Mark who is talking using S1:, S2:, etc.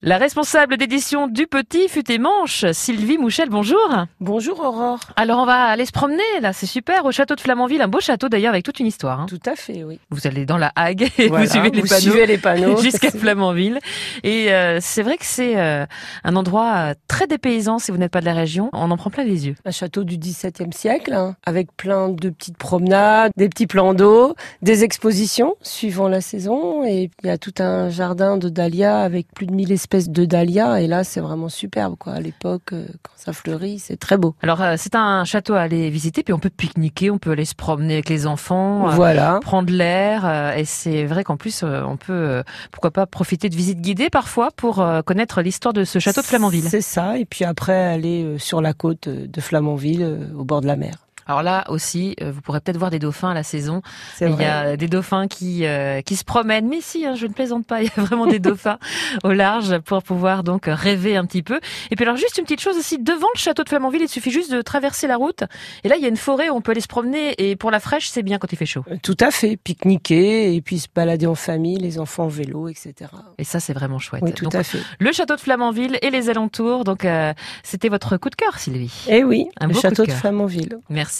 S1: La responsable d'édition du Petit fut et manche, Sylvie Mouchel, bonjour.
S2: Bonjour Aurore.
S1: Alors on va aller se promener, là, c'est super, au château de Flamanville, un beau château d'ailleurs avec toute une histoire. hein.
S2: Tout à fait, oui.
S1: Vous allez dans la Hague et
S2: Voilà,
S1: vous suivez les panneaux.
S2: suivez les panneaux.
S1: Jusqu'à
S2: C'est-
S1: Flamanville. Et euh, c'est vrai que c'est euh, un endroit euh, très dépaysant si vous n'êtes pas de la région. On en prend plein les yeux.
S2: Un château du XVIIe siècle, hein, avec plein de petites promenades, des petits plans d'eau, des expositions suivant la saison. Et il y a tout un jardin de dahlias avec plus de 1000 espèces de dahlias. Et là, c'est vraiment superbe, quoi. À l'époque, euh, quand ça fleurit, c'est très beau.
S1: Alors euh, c'est un château à aller visiter, puis on peut pique-niquer, on peut aller se promener avec les enfants. euh,
S2: Voilà.
S1: prendre l'air euh, et c'est vrai qu'en plus euh, on peut euh, pourquoi pas profiter de visites guidées parfois pour euh, connaître l'histoire de ce château de Flamanville.
S2: C'est ça. Et puis après, aller euh, sur la côte euh, de Flamanville, euh, au bord de la mer.
S1: Alors là aussi euh, vous pourrez peut-être voir des dauphins à la saison.
S2: C'est
S1: Il y a des dauphins qui euh, qui se promènent mais si hein, je ne plaisante pas, il y a vraiment des dauphins au large pour pouvoir donc rêver un petit peu. Et puis alors juste une petite chose aussi devant le château de Flamanville, il suffit juste de traverser la route et là il y a une forêt où on peut aller se promener et pour la fraîche, c'est bien quand il fait chaud.
S2: Euh, Tout à fait. Pique-niquer et puis se balader en famille, les enfants en vélo, etc.
S1: Et ça c'est vraiment chouette.
S2: Oui, tout
S1: Donc,
S2: à fait.
S1: le château de Flamanville et les alentours. Donc, euh, c'était votre coup de cœur, Sylvie.
S2: Eh oui,
S1: Un beau
S2: le
S1: coup de
S2: château de
S1: cœur.
S2: Flamanville.
S1: Merci.